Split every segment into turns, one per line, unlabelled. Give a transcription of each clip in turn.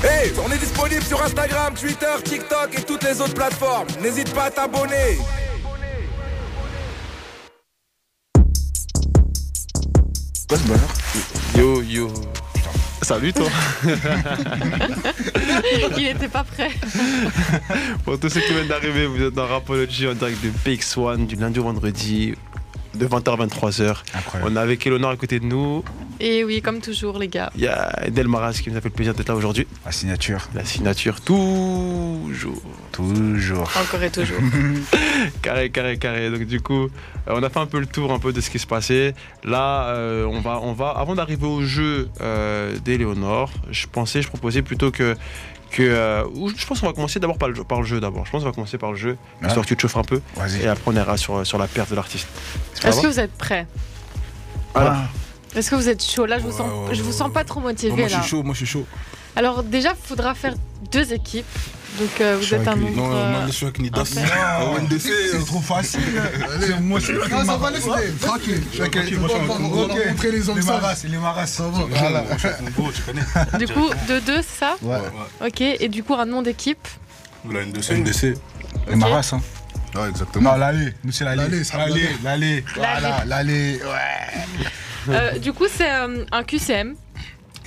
Hey, on est disponible sur Instagram, Twitter, TikTok et toutes les autres plateformes. N'hésite pas à t'abonner.
Quoi ce bonheur
Yo, yo. Salut toi
Il était pas prêt.
Pour tous ceux qui viennent d'arriver, vous êtes dans Rapology en direct de PX1 du lundi au vendredi de 20h à 23h.
Incroyable.
On a avec Eleonore à côté de nous. Et
oui, comme toujours, les gars.
Il y a Delmaras qui nous a fait le plaisir d'être là aujourd'hui.
La signature,
La signature toujours.
toujours.
Encore et toujours.
Carré, carré, carré. Donc du coup, euh, on a fait un peu le tour un peu de ce qui se passait. Là, euh, on va, on va, avant d'arriver au jeu euh, d'Éléonore, je pensais, je proposais plutôt que que euh, ou je pense qu'on va commencer d'abord par le jeu, par le jeu d'abord. Je pense qu'on va commencer par le jeu,
Ah.
histoire que tu te chauffes un peu,
Vas-y.
et après on ira sur sur la perte de l'artiste.
C'est pas
Est-ce Ah, que
grave
vous êtes prêts
Voilà.
Est-ce que vous êtes chaud Là, je vous
Ouais,
sens,
ouais,
je vous
ouais,
sens
ouais.
pas trop
Bon,
motivé
moi je
là.
suis chaud, moi je suis chaud.
Alors déjà, faudra faire deux équipes. Donc euh,
Je
vous
suis
êtes un
avec les-
nombre.
Non,
euh,
moi je suis avec Nidas.
parfait.
Au NDC, euh,
C'est trop facile. Allez, moi je suis là.
Non, ça va, laisse les Tranquille.
Tranquille, moi, je suis
On
avec-
va on va
Ok.
rencontrer les hommes
Les
sages.
maras, les maras. Ça va.
voilà, moi, je suis avec mon bro, tu connais.
Du coup, de deux, c'est ça
Ouais.
Ok. Et du coup, un nom d'équipe.
La NDC, NDC.
Les maras, hein.
Ouais, exactement.
Non, l'allée. Nous, c'est l'allée.
L'allée, ça va.
L'allée, l'allée.
Voilà, l'allée. Ouais.
Euh, du coup, c'est euh, un QCM.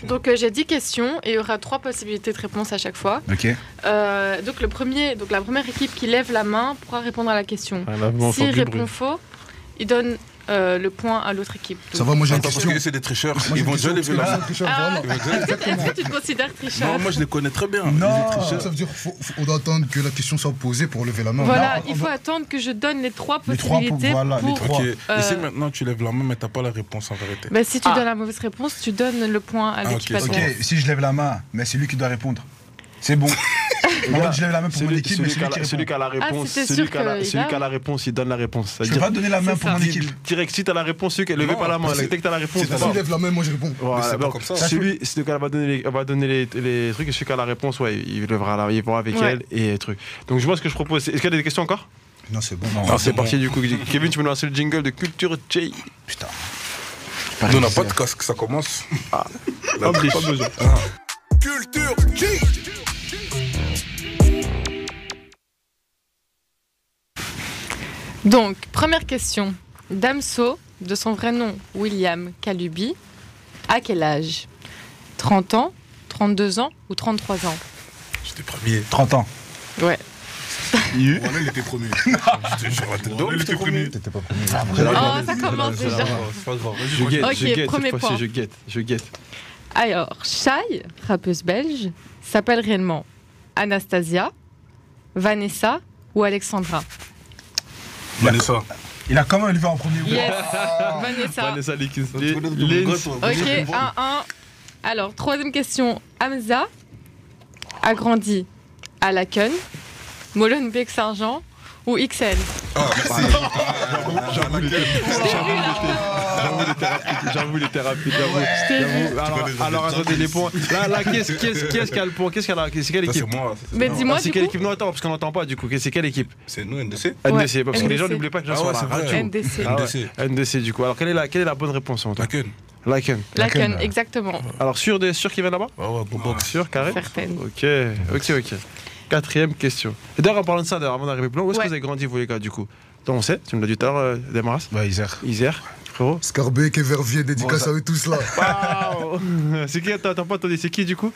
Donc euh, j'ai 10 questions et il y aura trois possibilités de réponse à chaque fois.
Ok.
Euh, donc le premier, donc la première équipe qui lève la main pourra répondre à la question.
Ah, là, on
S'il
entend du bruit.
répond faux, il donne euh, le point à l'autre équipe. Donc,
Ça va, moi j'ai une
Attends, parce
question.
que c'est des tricheurs.
Moi, j'ai
Ils
une
vont déjà
question,
lever la
parce
main.
que là,
Ah,
Richard, voilà.
Est-ce que- est-ce que tu te considères tricheur
Non, moi je les connais très bien.
Non.
Les tricheurs.
Ça veut dire faut- faut- on doit attendre que la question soit posée pour lever la main.
Voilà,
Non, on
il faut attendre que je donne les trois
Les trois pour-
possibilités
voilà, les
pour-
trois.
Ok,
Euh,
et si maintenant tu lèves la main, mais t'as pas la réponse en vérité.
Bah, si tu
Ah.
donnes la mauvaise réponse, tu donnes le point à
Ah,
l'équipe
ok,
Ok,
adverse.
si je lève la main, mais c'est lui qui doit répondre. C'est bon. En fait, je lève la main pour mon
Celui,
équipe, mais
celui
c'est
qui a
lui qui
la, celui
répond.
qui a la réponse,
Ah, c'était
celui
sûr
qui a la,
qu'il
celui
a-
qui a la réponse, il donne la réponse.
Je peux
C'est-à-dire
pas donner la main
C'est
pour
ça.
mon équipe.
direct si t'as la réponse, celui qui levez
Non,
pas la main.
parce que-
Dès que t'as la réponse,
c'est
on
Si
part.
il lève la main, moi je réponds.
Voilà,
Mais c'est pas
donc,
comme ça.
Celui, c'est lequel va donner, les, va donner les, les trucs et celui qui a la réponse, ouais, il levera la, il va avec
Ouais.
elle et les trucs. Donc je vois ce que je propose. c'est- Est-ce qu'il y a des questions encore
Non, c'est bon.
Non,
Non,
c'est
bon.
parti du coup. Kevin, tu peux nous lancer le jingle de Culture J.
putain.
Nous, on n'a pas de casque, ça commence.
Pas besoin.
Culture G
Donc, première question. Damso, de son vrai nom William Kalubi, à quel âge 30 ans, 32 ans ou 33 ans
J'étais premier.
30 ans.
Ouais.
Voilà, il était premier.
Je te jure, à tête
Voilà,
d'homme,
il était
j'étais premier.
premier.
T'étais pas premier.
Oh, ça commence déjà.
Je guette,
Ok,
je guette
premier
cette fois-ci,
point.
je guette, je guette.
Alors, Shai, rappeuse belge, s'appelle réellement Anastasia, Vanessa ou Alexandra
Vanessa.
Il a quand même levé en premier.
Yes, Vanessa.
Vanessa Likins-
Tu connais de mon
Lins-
gosse, toi.
Ok, 1-1. Alors, troisième question. Hamza a grandi à Laken, Molenbeek-Saint-Jean ou XL
J'avoue, il était- j'avoue, il était rapide, J'avoue, il était rapide. j'avoue.
Je t'ai vu.
J'avoue. Alors,
connais les
alors, attendez les points. Là, là, qu'est-ce qu'est-ce- qu'est-ce qui a le point Qu'est-ce qui a la- C'est quelle
Ça, C'est
équipe
moi. ça, c'est
Mais
moi.
dis-moi
Ah, c'est
du
quelle
coup.
équipe Non, attends, parce qu'on n'entend pas du coup. C'est quelle équipe
C'est nous, NDC
NDC, parce que
Ouais,
les gens
NDC.
n'oublient pas que les gens
Ah
sont à
ouais,
la
c'est
radio.
vrai.
NDC.
Ah ouais,
NDC.
NDC du coup. Alors quelle est la, quelle est la bonne réponse en toi
Laken.
Laken.
Laken,
Laken,
ouais.
exactement.
Alors sûr, des, sûr qu'il vient là-bas
Ah ouais, bon box.
Sûr, carré
Certaines.
Ok, ok, ok. Quatrième question. Et D'ailleurs en parlant de ça, d'ailleurs, avant d'arriver plus loin, où est-ce que
Ouais.
vous avez grandi vous les gars du coup Toi on sait, tu me l'as dit tout à l'heure, euh, Desmaras,
Bah, Isère.
Isère, frérot.
Scarbeck et Verviers, dédicace
ça-
à eux tous là.
Waouh C'est qui Attends, attends, pas attendez, c'est qui du coup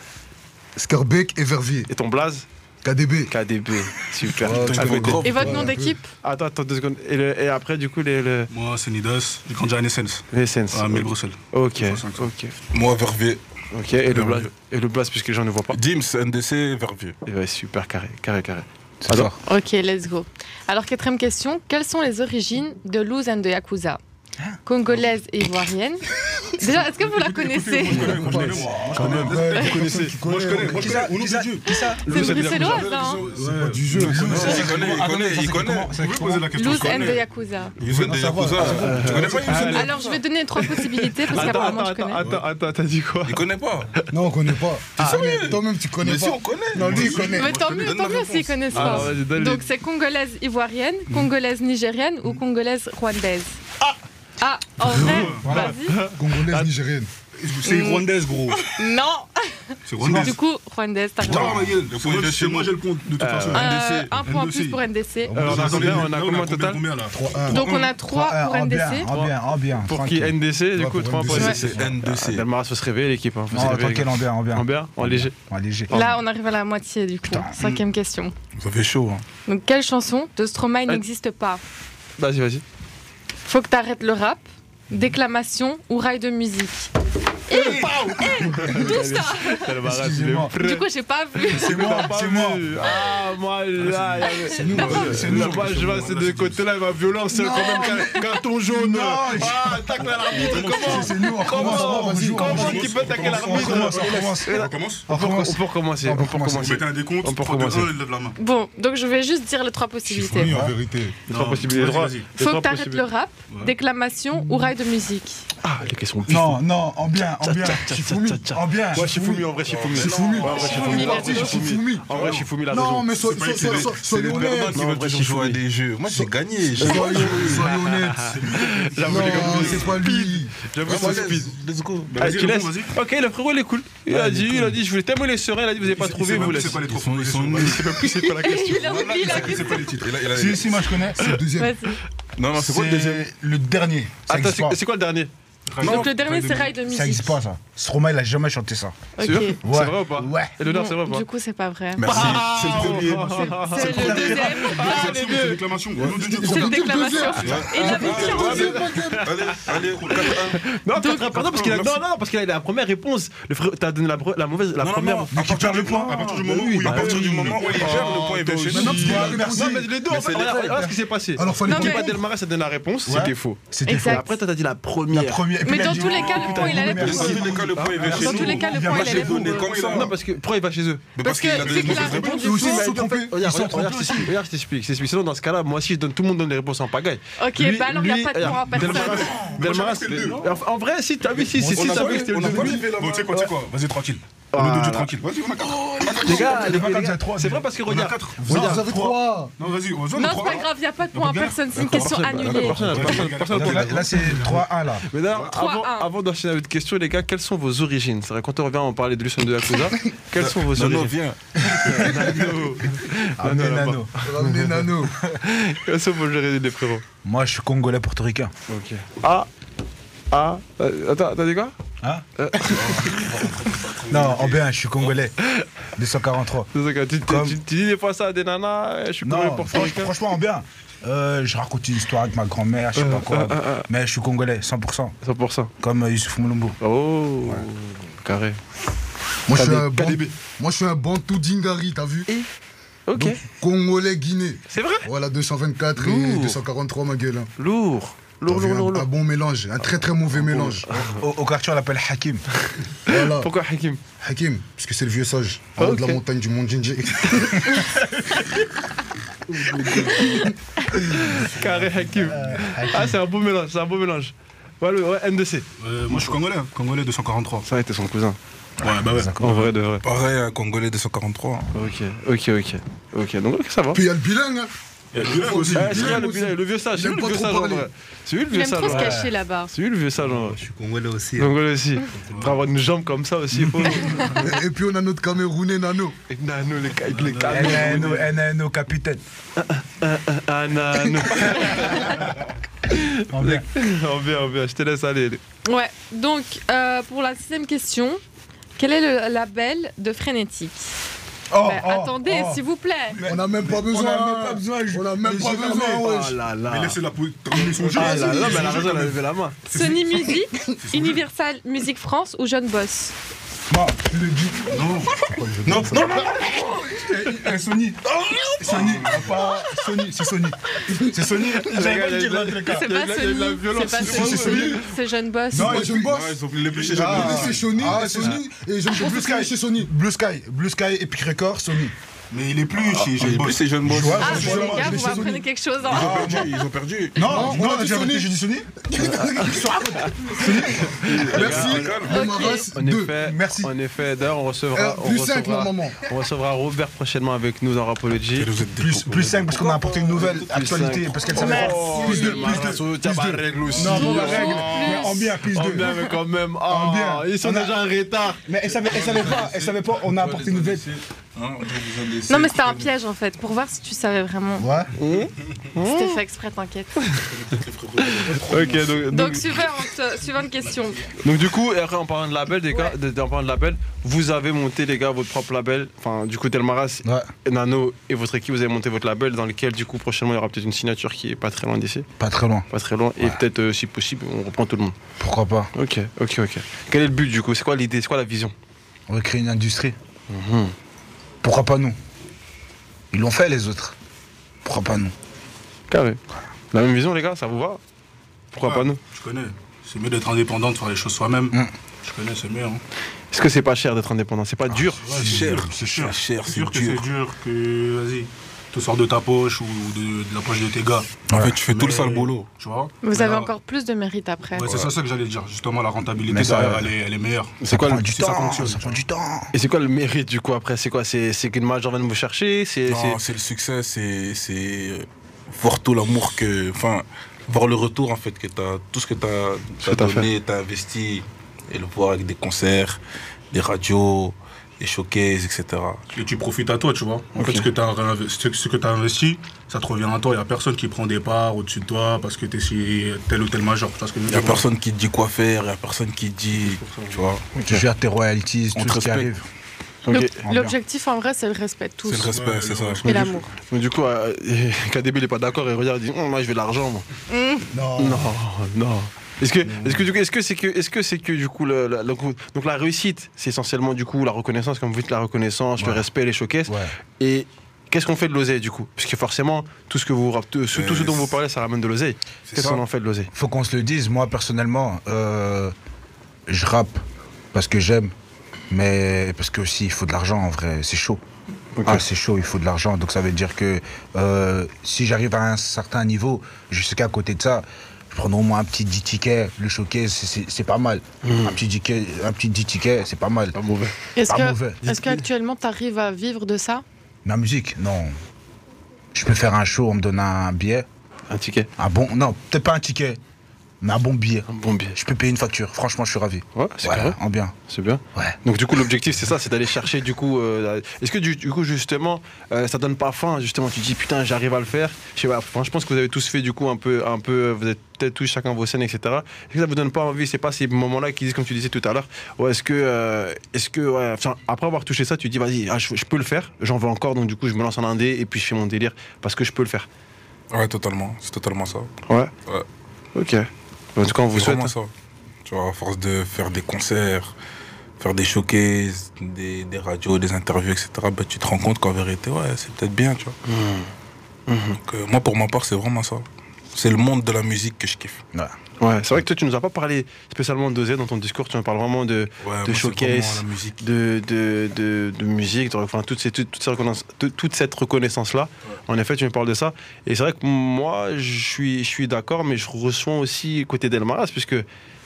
Scarbeck et Verviers,
Et ton blaze
KDB.
KDB. Super.
Ouais, tu
À côté.
connais
Et votre
Ouais,
nom
un peu.
d'équipe
Attends, attends deux secondes. Et, le- et après du coup les, le-
Moi, c'est Nidas. J'ai grandi à Naissance,
les Sens.
à Mille Bruxelles.
ok,
Ils sont cinq.
ok.
Moi, Verviers.
Ok, et le
Bien
blaze,
vu.
et le blaze puisque les gens ne voient pas.
Dims, NDC, Verviers.
Et ouais, super carré, carré, carré.
C'est
Attends.
fort.
Ok, let's go. Alors, quatrième question. Quelles sont les origines de Luz and de Yakuza Congolaise et ivoirienne. Déjà, est-ce que vous la connaissez
Quand même.
Ouais,
Vous connaissez
Moi, je connais. Moi, je connais. Ounou
Isa,
Bidou.
Isa.
Luz
C'est
and de
bruxelloise, hein
c'est pas du jeu.
Il connaît, il connaît, il connaît. Vous pouvez poser la question.
Luz
je
and de
connais. Ah,
Yakuza.
Youssef des
Ça va,
Yakuza. Tu connais pas Youssef des-
Alors, je vais donner trois possibilités parce
Bah, Attends,
qu'apparemment,
attends,
je connais.
attends, attends, attends, t'as dit quoi
Il connaît pas.
Non, on connaît pas. Tu connais, Toi-même, tu connais
Ah, Mais si,
pas.
on connaît.
Non, lui, il
Moi, je-
connaît.
Mais tant mieux,
Donne
tant
la
mieux s'ils
réponse.
connaissent
Ah,
pas.
vas-y, donne-lui.
Donc c'est congolaise ivoirienne, congolaise nigérienne ou congolaise rwandaise Ah, en vrai, vas-y.
Ah.
Congolaise, nigérienne.
C'est rwandaise, gros.
Non
C'est rwandaise.
Du coup, Rwandaise, t'as
Putain,
raison.
ma gueule. Faut
Moi,
le
je-
chez moi,
moi, j'ai le compte, de toute
Euh,
façon.
Euh,
NDC,
un point en
NDC.
plus pour NDC.
Alors, on a combien, on a
Là,
combien au
combien,
total
combien, là
3-1.
Donc on a 3 pour
en bien,
NDC.
en bien, en bien.
Pour qui
tranquille.
NDC, du
Ouais,
coup,
pour
3 points NDC.
NDC.
C'est NDC.
Delmar Ah, se réveiller, l'équipe. Hein. Faut se
Non,
réveiller,
tranquille, en bien, en
les gars.
bien.
En bien, en léger.
En léger.
Là, on arrive à la moitié du coup.
Putain.
Cinquième question.
Ça fait chaud. hein.
Donc, quelle chanson de Stromae
Euh.
n'existe pas
Vas-y, vas-y.
Faut que t'arrêtes le rap, déclamation ou rail de musique. Et, tout ça
Delmar,
Excusez-moi.
Du coup, j'ai pas vu.
c'est
moi, c'est moi.
Ah, moi, là, il y avait-
C'est nous, euh, c'est nous.
Là, moi, je vois, c'est de côté-là, il va violence quand même. car- Carton jaune.
Non,
Ah, tacle à l'arbitre, comment
C'est nous, on recommence.
Comment-
on joue, on
comment
joue.
tu peux attaquer
On recommence,
l'arbitre
on recommence, on recommence.
On recommence
On
On peut
recommence.
on peut recommencer.
On
On
peut
peut
recommencer.
Vous
recommencer.
mettez un décompte.
On peut
3, 2,
recommencer.
1, il lève la main.
Bon, donc je vais juste dire les trois
Je suis
possibilités.
connu en vérité.
Les trois
Non.
possibilités. les
Vas-y,
trois-
vas-y.
les
Faut que
trois
t'arrêtes le
possibilités.
rap, déclamation ou rail de musique.
Ah, les questions.
Non,
Non, non, en bien, en bien.
Tcha, tcha, tcha,
Shifumi,
tcha, tcha.
en bien.
Ouais, Shifumi, en vrai, Shifumi.
Shifumi.
Ouais, en vrai, Shifumi.
Shifumi,
En vrai, Shifumi. En vrai, Shifumi, la
Non,
raison.
mais so-
C'est pas
so- so-
équilibré.
so-
C'est les
soyons honnêtes.
perdants qui
Non, en
veulent
vrai,
toujours jouer à
Shifumi.
des jeux. Moi, j'ai gagné. j'ai-
Soyons soyons honnêtes.
J'avoue, les
Non,
gars,
c'est pas lui.
j'avoue,
Vas-y,
c'est speed.
Let's go.
Ah,
Vas-y,
tu laisses.
vas-y.
Ok, le frérot, il est cool. Il a dit, il a dit, je voulais tellement les sereins. Il a dit, vous avez pas
Il
trouvé,
sait même
vous
plus
laissez.
C'est quoi les trois premiers
Ils
sont
sont nuls. Je sais même plus c'est quoi la question.
Il a oublié la
C'est pas les titres. Et là, et là,
Si, si, moi je connais.
C'est le deuxième.
Vas-y.
Non, non, c'est quoi le deuxième
le dernier. Ça
Attends,
existe pas.
c'est- c'est quoi le dernier
Donc le dernier, c'est rail de
Ça
musique.
existe pas ça. Stroma il a jamais chanté ça.
Sûr
Ok.
C'est
Ouais.
vrai ou pas
Ouais.
Et l'honneur, c'est vrai ou
Non,
pas
Du coup, c'est pas vrai.
Merci.
Bah,
C'est le premier.
C'est le deuxième.
Ah, les
Déclamation, C'est
deux
déclamation.
C'est le déclamation. Il avait dit en deux.
Allez, allez, roule.
Non, peut-être pas, non, parce qu'il a, non, non, parce qu'il a la première réponse. Le frère, t'as donné la, pre- la mauvaise, la
Non, non,
première.
non, à partir du point, à partir du moment où il- à partir du moment où il perd, le point est chez
Maintenant, tu dois
Non, mais les deux, en fait, regarde, regarde ce qui s'est passé.
Alors fallait
Non,
qu'il
mais-
Pas Delmaras a donné la réponse,
Ouais.
c'était faux.
C'était
Exact.
faux.
Après, toi, t'as dit la
La
première.
première. et puis
Mais
il a
dans
dit,
tous les cas,
oh,
le point, il
putain,
allait
bon,
pour
Dans
merci.
tous les cas, le point est vers chez
Dans
nous.
tous les cas, le
Il y a
point,
pas
il allait
J'ai
pour
donné comme ça.
Non, parce que pourquoi il va chez eux
Mais
Parce
parce
que
qu'il a
vu
donné
qu'il a
mauvaise réponse.
répondu
Et aussi,
faux.
ils se sont trompés. Ils
Regarde,
se sont
regarde, regarde, je
trompés.
t'explique, regarde, je t'explique. c'est- Sinon, dans ce cas-là, moi aussi, je donne tout le monde donne les réponses en pagaille.
Ok, bah alors, il n'y a pas de point à personne.
Delmaras, Delmaras,
c'était le deux.
en- en vrai, si t'as vu, si, si, si,
On a
t'as
pas
vu, que c'était
levé-
le
on a
deux.
pas levé la main. Tu sais quoi, tu sais quoi Vas-y, tranquille. On
Voilà.
est deux tranquille. Vas-y, on a quatre.
Les gars, les
pas
gars,
comme ça, trois,
c'est
deux.
vrai parce que
On a
regarde.
quatre.
Vous avez trois.
Non, vas-y, on a
Non, c'est
trois.
pas grave, il n'y a pas de point à personne. C'est une question annulée.
Personne n'a- personne- personne n'a
Donc là,
tourné.
là, c'est 3-1 là.
Mais d'ailleurs,
Trois,
avant,
un.
avant d'enchaîner avec votre question, les gars, quelles sont vos origines C'est vrai, quand on revient, on parlait de Lucien de Yakuza. quelles sont vos
Non, non,
origines
viens.
Nano.
Ah,
Nano,
Amenez
là-bas.
Nano.
Ramenez Nano.
Quelles sont vos origines, les frérots
Moi je suis congolais portoricain.
Ah, ah, euh, attends, t'as dit quoi
Non, en bien, je suis congolais. 243.
Désolé, gars, tu, tu-
Comme-
tu- tu dis des fois ça à des nanas, euh, je suis congolais
Non,
pour
fran-
Franck.
franchement, en bien. Euh, je raconte une histoire avec ma grand-mère, je sais pas quoi. Mais je suis congolais, 100%.
100%.
Comme euh, Youssouf Moulumbo.
Oh, carré.
Moi je suis un Ban-
KDB.
moi, je suis un Bantou Dingari, t'as vu
Ok,
Donc, Congolais Guinée.
c'est vrai
Voilà 224 et
Lourd.
243 ma gueule. hein.
Lourd,
T'as
lourd,
vu,
lourd,
un,
lourd.
un
lourd.
bon mélange, un très très
Ah
mauvais mélange.
Au, au quartier, on l'appelle Hakim.
Voilà.
Pourquoi Hakim
Hakim, parce que c'est le vieux sage,
Ah,
en haut de
Ok.
la montagne du Mont Jinji.
Carré Hakim. Ah, c'est un beau mélange, c'est un beau mélange. Ouais, le- ouais, NDC.
Euh, Moi, je suis congolais. hein. Congolais 243.
Ça, c'était son cousin.
Ouais, bah ouais.
En vrai, de vrai.
Pareil, un congolais 243. hein.
Ok, ok, ok. Ok, donc ok, ça va.
Puis il y a le bilingue. hein.
Et lui, là, aussi.
Ah, c'est
bilingue
bien, le,
aussi.
bilingue, le vieux sage,
Il
c'est lui
aime
le
pas
vieux
trop
sage en
parler.
vrai. C'est lui le
Il
vieux
aime
sage.
trop se
en vrai.
cacher là-bas.
C'est lui le vieux sage en vrai.
Je suis congolais aussi.
Donc voilà aussi. Pour avoir une jambe comme ça aussi, il faut.
Et, et puis on a notre Camerounais Nano.
Et Nano, les gars, avec les
NNO, NNO, capitaine.
Ah, Nano.
En bien.
On vient, on vient, je te laisse aller.
Ouais, donc euh, pour la sixième question, quel est le label de Frénétique
Oh,
Bah,
oh,
Attendez,
oh.
s'il vous plaît
On n'a même pas
On
besoin.
a
hein.
même pas besoin. je-
On a même
mais
pas
j'ai
besoin,
jamais-
ouais.
Oh là là.
Mais laissez-la pou- terminer son jeu.
Ah là là,
Laissez-la
mais elle a
jouer
raison, elle
quand
a
même.
levé la main.
Sony Music, Universal Music France ou Jeune Boss
Bah,
Non, tu le dis.
Non, non, non,
Eh, eh, Sony. Sony. ah, pas- Sony, c'est Sony. C'est Sony. J'avais pas dit le truc, hein.
C'est
il y a
pas
de la- il y a de la
Sony,
violence.
c'est pas
C'est
Sony,
Sony.
c'est Jeune Boss. Ah,
Non,
Moi,
il-
je me bosse.
ils ont les plus chez
Ah, c'est Sony,
Ah,
et
c'est
Sony, et je me
Blue
pense que
Sky.
c'est chez Sony.
Blue Sky, Blue Sky, Epic Record, Sony.
Mais il est plus chez Jeune
Plus
Boss.
c'est jeune boss.
vois,
Ah,
je
les
suis vraiment-
gars,
je
vous
suis Sony.
m'apprenez quelque chose. hein.
Ils ont perdu, ils ont perdu.
Non,
Non,
non,
on a
j'ai
déjà
arrêté,
voté.
j'ai dit Sony.
Merci. Domaras,
En
deux.
effet,
merci.
en effet, d'ailleurs, on recevra,
Alors,
on,
Plus 5
recevra,
normalement.
on recevra Robert prochainement avec nous dans Rapology.
Plus, plus 5 parce qu'on a apporté une nouvelle actualité parce qu'elle savait pas.
Oh,
Merci.
Plus 2, plus 2. Non, bon, la règle.
Plus.
mais En bien, plus
Oh,
2.
bien, mais quand même, oh,
En bien.
ils sont
On a-
déjà en retard.
Mais elle savait, elle savait
Ah,
pas, elle savait pas, on a apporté une nouvelle.
Hein,
Non, mais c'était un piège en fait, pour voir si tu savais vraiment.
Ouais.
C'était fait exprès, t'inquiète.
Ok, donc, donc,
Donc, suivante, euh, suivante question.
donc du coup, et après, en parlant de label, les gars, de- en parlant de label, vous avez monté, les gars, votre propre label. Enfin, du coup, Telmaras,
Ouais.
Nano et votre équipe, vous avez monté votre label dans lequel, du coup, prochainement, il y aura peut-être une signature qui est pas très loin d'ici.
Pas très loin.
Pas très loin. Et peut-être, euh, si possible, on reprend tout le monde.
Pourquoi pas
Ok, ok, ok. Quel est le but, du coup C'est quoi l'idée C'est quoi la vision
On veut créer une industrie. Pourquoi pas nous Ils l'ont fait les autres. Pourquoi pas nous
Carré. La même vision, les gars, ça vous va Pourquoi pas nous
Je connais. C'est mieux d'être indépendant, de faire les choses soi-même.
Mm.
Je connais, c'est mieux. hein.
Est-ce que c'est pas cher d'être indépendant Ah, C'est pas dur
Ouais, C'est cher.
cher,
C'est sûr que c'est dur que, vas-y, tout sort de ta poche ou de, de la poche de tes gars.
En fait, tu fais tout le
Mais-
sale boulot.
Tu vois
Vous
Mais
avez
là-
encore plus de mérite après.
Ouais, c'est ça, ça que j'allais dire. Justement, la rentabilité
Mais ça,
derrière,
ouais.
elle est, elle est meilleure.
C'est quoi
prend
le
du
ça
temps
fonctionne.
prend du temps.
Et c'est quoi le mérite du coup après C'est quoi C'est c'est qu'une major vient de vous chercher C'est
Non, c'est le succès, c'est c'est, euh, voir tout l'amour que. Enfin, voir le retour en fait, que t'as. Tout ce que t'as
que
as
t'as
donné, t'as investi, et le voir avec des concerts, des radios, des showcases, etc.
Et tu profites à toi, tu vois. En fait, ce que tu as, investi, ça te revient à toi. Il n'y a personne qui prend des parts au-dessus de toi parce que tu es si tel ou tel major. Tu vois ce que je veux
Il a
dire
personne qui te dit quoi faire, il a personne qui te dit. Tu vois,
Tu gères tes royalties,
On
tout
te
ce qui
respecte.
arrive.
Ok.
L'ob- L'objectif en vrai, c'est le respect de
c'est le
tous
respect, c'est ça.
et l'amour.
Donc, du coup, euh, KDB il est pas d'accord et regarde, il dit Hum, moi je veux de l'argent. moi.
Non.
Non, non. Est-ce que est-ce que du coup est-ce que c'est que est-ce que c'est que du coup le- le- le coup- donc la réussite c'est essentiellement du coup la reconnaissance comme vous dites la reconnaissance le respect les showcases
Ouais.
et qu'est-ce qu'on fait de l'oseille du coup parce que forcément tout ce que vous rap-
Euh,
tout ce, tout ce dont vous parlez ça ramène de l'oseille qu'est-ce
ça.
qu'on en fait de l'oseille
Faut qu'on se le dise. Moi personnellement, euh, je rappe parce que j'aime, mais parce que aussi il faut de l'argent en vrai. C'est chaud. Ah, c'est chaud, il faut de l'argent. Donc ça veut dire que euh, si j'arrive à un certain niveau, je sais qu'à côté de ça, je prends au moins un petit 10 tickets. Le showcase, c'est- c'est c'est pas mal. Un petit ticket, un petit 10 tickets, c'est Mmh. pas mal.
Est-ce
Pas
que,
mauvais.
est-ce qu'actuellement, t'arrives à vivre de ça
Ma musique, non. Je peux faire un show, on me donne un billet.
un ticket
Un bon. Non, peut-être pas un ticket, mais un bon billet.
un bon billet
Je peux payer une facture. Franchement, je suis ravi.
ouais c'est
Voilà,
carré.
en bien.
C'est bien.
Ouais.
Donc du coup l'objectif c'est ça, c'est d'aller chercher du coup. euh, la- Est-ce que du, du coup justement euh, ça donne pas faim justement Tu te dis putain j'arrive à le faire. Je sais pas. Enfin, je pense que vous avez tous fait du coup un peu, un peu. euh, Vous êtes peut-être tous chacun vos scènes etc. Est-ce que ça vous donne pas envie C'est pas ces moments-là qui disent comme tu disais tout à l'heure. Ouais, est-ce que, euh, est-ce que ouais, enfin, après avoir touché ça, tu te dis vas-y, ah, je, je peux le faire. J'en veux encore donc du coup je me lance en indé et puis je fais mon délire parce que je peux le faire.
Ouais, totalement. C'est totalement ça.
Ouais.
Ouais.
Ok. En tout cas on vous
C'est
souhaite.
vraiment ça. Tu vois, à force de faire des concerts, faire des showcases, des, des radios, des interviews, etc., bah, tu te rends compte qu'en vérité, ouais, c'est peut-être bien, tu vois.
Mmh.
Donc, euh, moi, pour ma part, c'est vraiment ça. C'est le monde de la musique que je kiffe.
Voilà.
Ouais. C'est vrai que toi tu nous as pas parlé spécialement d'oser dans ton discours. Tu en parles vraiment de
Ouais, moi,
de
c'est
showcase,
vraiment la musique.
de, de, de, de musique, de- enfin, toute, ces- toute, toute cette reconnaissance- toute- toute cette reconnaissance-là. En effet, tu me parles de ça. Et c'est vrai que moi, je suis, je suis d'accord, mais je reçois aussi côté d'Elmaras, puisque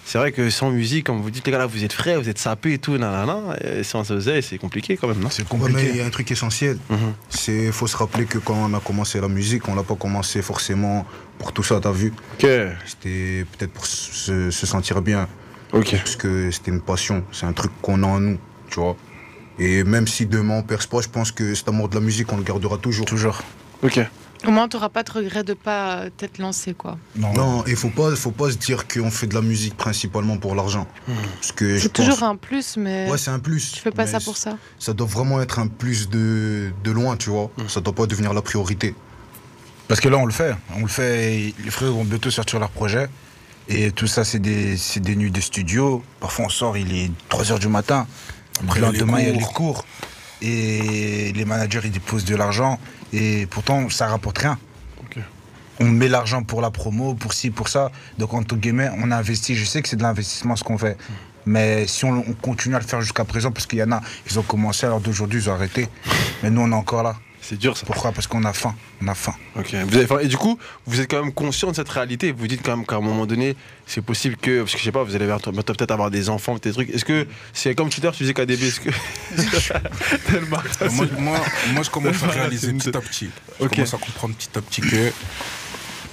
c'est vrai que sans musique, comme vous dites, les gars, là, vous êtes frais, vous êtes sapés et tout, nanana. Et sans oseille, c'est compliqué quand même, non
C'est
Ouais, mais
compliqué.
il y a un truc essentiel.
Mhm.
C'est faut se rappeler que quand on a commencé la musique, on l'a pas commencé forcément pour tout ça, t'as vu.
Ok,
C'était peut-être pour se, se sentir bien,
ok.
parce que c'était une passion. C'est un truc qu'on a en nous, tu vois. Et même si demain on perce pas, je pense que cet amour de la musique, on le gardera toujours.
Toujours.
Ok.
Au moins, t'auras pas de regret de pas euh, t'être lancé, quoi.
Non.
Non, il faut pas, faut pas se dire qu'on fait de la musique principalement pour l'argent, parce que je
C'est
pense.
toujours un plus, mais
Ouais, c'est un plus.
tu Euh, fais pas
mais
ça pour ça.
Ça doit vraiment être un plus de, de loin, tu vois. Ça doit pas devenir la priorité.
Parce que là, on le fait. On le fait. et les frères vont bientôt sortir leur projet. Et tout ça, c'est des, c'est des nuits de studio. Parfois, on sort, il est 3 h du matin. Après, le
il y a les
lendemain, il y a les
cours.
cours. Et les managers, ils déposent de l'argent. Et pourtant, ça rapporte rien.
Ok.
On met l'argent pour la promo, pour ci, pour ça. Donc, entre guillemets, on investit. Je sais que c'est de l'investissement ce qu'on fait. Mais si on, on continue à le faire jusqu'à présent, parce qu'il y en a, ils ont commencé, alors d'aujourd'hui, ils ont arrêté. Mais nous, on est encore là.
C'est dur ça.
Pourquoi Parce qu'on a faim. On a faim.
Ok. Vous avez- enfin, et du coup, vous êtes quand même conscient de cette réalité. Vous dites quand même qu'à un moment donné, c'est possible que, parce que je sais pas, vous allez bientôt- bientôt peut-être avoir des enfants, des trucs. Est-ce que c'est comme Twitter, tu disais KDB, est-ce que tellement
Moi, moi, moi, je commence à
Voilà, c'est
réaliser
une-
petit à petit. Je
Ok.
commence à comprendre petit à petit que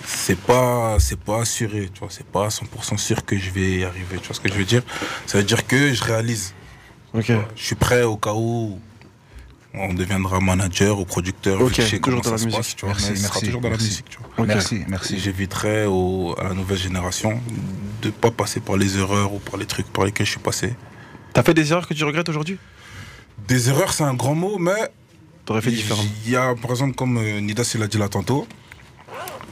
c'est pas c'est pas assuré, tu vois, c'est pas à 100% sûr que je vais y arriver, tu vois ce que je veux dire Ça veut dire que je réalise,
Ok.
je suis prêt au cas où on deviendra manager ou producteur,
Ok,
je
toujours
sais comment
dans
ça
la
se
musique.
passe, tu vois,
Merci,
mais ce sera
merci,
toujours dans la
merci.
musique, tu vois.
Merci,
Si
merci.
j'éviterais au- à la nouvelle génération de pas passer par les erreurs ou par les trucs par lesquels je suis passé.
T'as fait des erreurs que tu regrettes aujourd'hui
Des erreurs, c'est un grand mot, mais
T'aurais fait différent.
Il y a, par exemple, comme euh, Nidas il a dit là tantôt,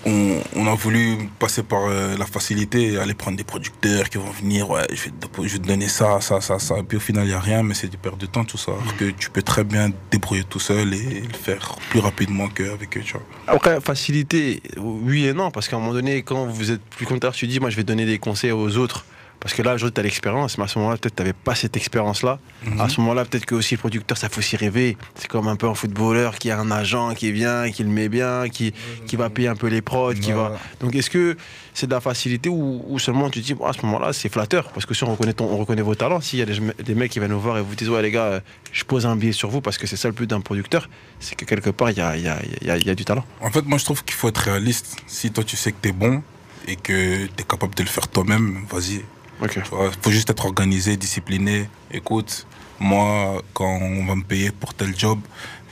on, on a voulu passer par euh, la facilité et aller prendre des producteurs qui vont venir, ouais, je vais te, dépo- je vais te donner ça, ça, ça, ça. Puis au final, il n'y a rien, mais c'est du perte de temps, tout ça. Alors que tu peux très bien te débrouiller tout seul et le faire plus rapidement qu'avec eux, tu vois.
Après, facilité, oui et non, parce qu'à un moment donné, quand vous êtes plus content, tu dis, moi, je vais donner des conseils aux autres. Parce que là, aujourd'hui, t'as l'expérience, mais à ce moment-là, peut-être t'avais pas cette expérience-là. À ce moment-là, peut-être que aussi le producteur, ça faut s'y rêver. C'est comme un peu un footballeur qui a un agent qui vient, qui le met bien, qui, qui va payer un peu les prods, qui va. Donc, est-ce que c'est de la facilité ou, ou seulement tu te dis, bon, à ce moment-là, c'est flatteur Parce que si on reconnaît, ton- on reconnaît vos talents, s'il y a des, des mecs qui viennent nous voir et vous disent, ouais, les gars, euh, je pose un billet sur vous parce que c'est ça le but d'un producteur, c'est que quelque part, il y a- il y a- il y a- il y a du talent.
En fait, moi, je trouve qu'il faut être réaliste. Si toi, tu sais que t'es bon et que t'es capable de le faire toi-même, vas-y.
Ok.
Tu vois, faut juste être organisé, discipliné. Écoute, moi, quand on va me payer pour tel job,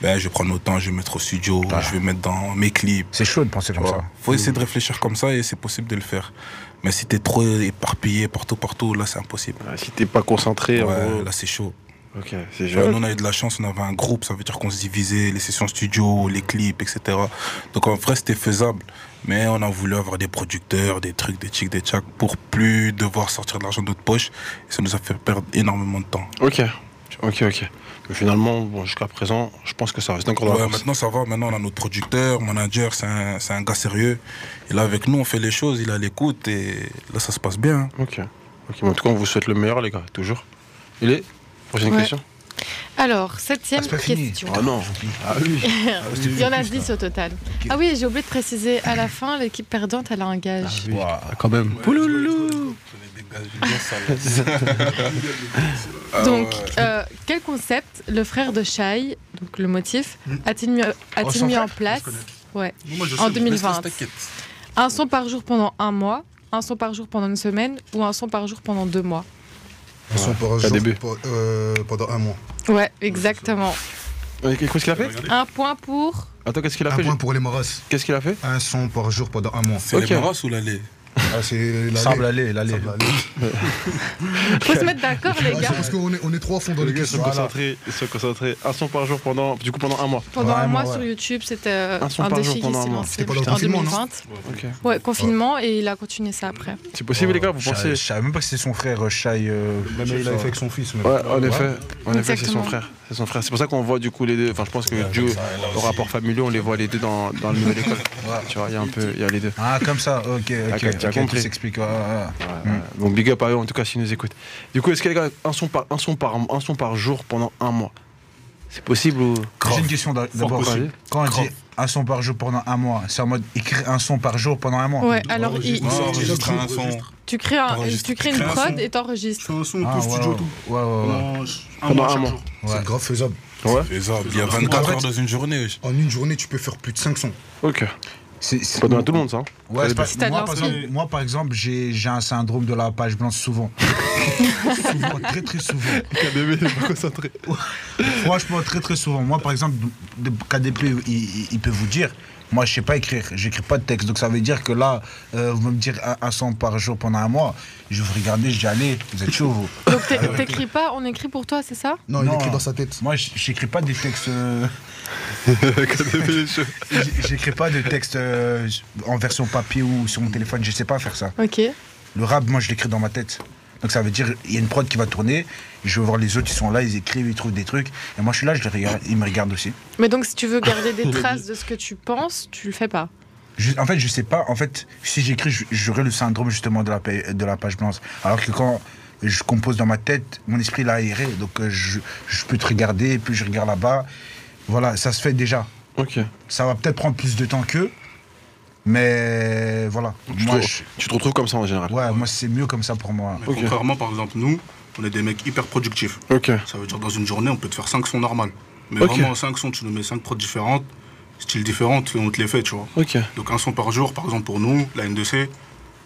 ben, je vais prendre mon temps, je vais mettre au studio, je vais mettre dans mes clips.
C'est chaud de penser
Tu
comme
vois.
ça.
Faut essayer de réfléchir comme ça et c'est possible de le faire. Mais si t'es trop éparpillé partout, partout, là, c'est impossible.
Ah, Si t'es pas concentré, en
Ouais,
gros.
là, c'est chaud.
Ok, c'est
Tu vois,
jeune.
nous, on a eu de la chance, on avait un groupe, ça veut dire qu'on se divisait, les sessions studio, les clips, etc. Donc en vrai, c'était faisable. Mais on a voulu avoir des producteurs, des trucs, des chics, des tchacs, pour plus devoir sortir de l'argent de notre poche. Et ça nous a fait perdre énormément de temps.
Ok, ok, ok. Mais finalement, bon, jusqu'à présent, je pense que ça reste encore dans
Ouais,
la course.
maintenant, ça va. Maintenant, on a notre producteur, manager, c'est un, c'est un gars sérieux. Et là, avec nous, on fait les choses, il a l'écoute, et là, ça se passe bien.
Ok. ok. mais en tout cas, on vous souhaite le meilleur, les gars, toujours. Il est Prochaine
Ouais.
question
Alors, septième
Ah, c'est pas fini.
question.
Ah non Ah oui
Il y en a 10 au total. Ah oui, j'ai oublié de préciser, à la fin, l'équipe perdante, elle a un gage.
Quand même. Pouloulou
Donc, euh, quel concept le frère de Shai, donc le motif, a-t-il mis, a-t-il mis en place ouais, en 2020 Un son par jour pendant un mois, un son par jour pendant une semaine ou un son par jour pendant deux mois
Ils sont par
Pas
jour,
début.
pour- euh, pendant un mois.
Ouais, exactement.
Euh, Qu'est-ce qu'il a fait
Un point pour.
Attends, qu'est-ce qu'il a
Un
fait
point pour les Moras.
Qu'est-ce qu'il a fait
Un son par jour pendant un mois.
C'est
Ok.
les Maras ou l'allée
Ah, c'est la
Sable
lait.
aller, l'aller.
Sable allé.
Faut se mettre d'accord, les
Ouais,
gars.
c'est parce qu'on est, on est trois à fond dans les
Ils sont
questions.
concentrés, ils sont concentrés. Un son par jour pendant, du coup, pendant un mois.
Pendant un
Vraiment,
mois
ouais.
sur YouTube, c'était euh,
Un son
un,
par jour
défi qui
pendant un
s'est
mois.
lancé
C'était pendant le
en
confinement, non
2020.
Ok.
Ouais, confinement, et il a continué ça après.
C'est possible, les gars, vous
Je savais-
pensez
Je savais même pas que c'était son frère, Shai. euh,
Même il avait fait avec son fils. même.
Ouais, en effet, en effet, c'est son
Exactement.
frère. C'est son frère. C'est pour ça qu'on voit du coup les deux. Enfin, je pense que Joe, au rapport familial, on les voit les deux dans, dans le nouvel école. Tu vois, il y a un peu, il y a les deux.
Ah, comme ça, ok, ok.
tu as
ok,
compris.
Tout s'explique. ouais, ouais, ouais.
Ouais, ouais. Donc big up à eux en tout cas s'ils nous écoutent. Du coup, est-ce qu'il y a un son par un son par un son par jour pendant un mois C'est possible ou
J'ai une question d'a- d'abord.
possible.
Quand on dit un son par jour pendant un mois, c'est en mode écrire un son par jour pendant un mois.
Ouais, alors il-
Non,
enregistre,
enregistre un son.
enregistre.
tu, crées un-
T'enregistres,
tu crées
tu
une
crées un son.
prod et t'enregistres.
C'est un son,
Ah,
tout
ouais,
studio,
ouais,
tout.
ouais, ouais, ouais.
Pendant Un
Pendant
mois,
un
chaque
mois.
jour.
Ouais.
C'est grave faisable.
Ouais.
Faisable. Il y a
faisable.
24
En fait-
heures dans une journée. wesh.
En une journée, tu peux faire plus de 5 sons.
Ok.
C'est c'est-
Pas donné à tout le monde ça. hein.
Ouais, c'est pas-
Stade
moi, par
Lancelot.
exemple, moi, par exemple, j'ai j'ai un syndrome de la page blanche souvent. souvent, très très souvent.
KDB il est pas concentré.
Franchement, très très souvent. Moi, par exemple, de- KDP, il, il- il peut vous dire, moi, je sais pas écrire, j'écris pas de texte. Donc ça veut dire que là, euh, vous me dire un, un son par jour pendant un mois, je vais vous regarder, je dis allez, vous êtes chaud vous.
Donc t'é- t'écris pas, on écrit pour toi, c'est ça
Non,
Non.
il écrit dans sa tête.
Moi, j- j'écris pas des textes, euh,
KDB il est chaud.
j- j'écris pas de textes euh, en version papier ou sur mon téléphone. Je sais pas faire ça.
Ok.
Le rap, moi, je l'écris dans ma tête. Donc ça veut dire, il y a une prod qui va tourner, je vais voir les autres, ils sont là, ils écrivent, ils trouvent des trucs. Et moi, je suis là, je les regarde, ils me regardent aussi.
Mais donc si tu veux garder des traces de ce que tu penses, tu le fais pas.
Je- en fait, je sais pas. En fait, si j'écris, j- j'aurais le syndrome justement de la, pa- de la page blanche. Alors que quand je compose dans ma tête, mon esprit l'a aéré, donc euh, je, je peux te regarder, puis je regarde là-bas. Voilà, ça se fait déjà.
Ok.
Ça va peut-être prendre plus de temps qu'eux, mais voilà.
Tu,
Moi,
te,
je-
tu te retrouves comme ça en général.
ouais, moi c'est mieux comme ça pour moi.
Mais Contrairement, par exemple, nous, on est des mecs hyper productifs.
Ok.
Ça veut dire dans une journée, on peut te faire 5 sons normales. Mais
Ok.
vraiment, 5 sons, tu nous mets 5 prods différentes, styles différents, tu- on te les fait, tu vois.
Ok.
Donc un son par jour, par exemple, pour nous, la N2C,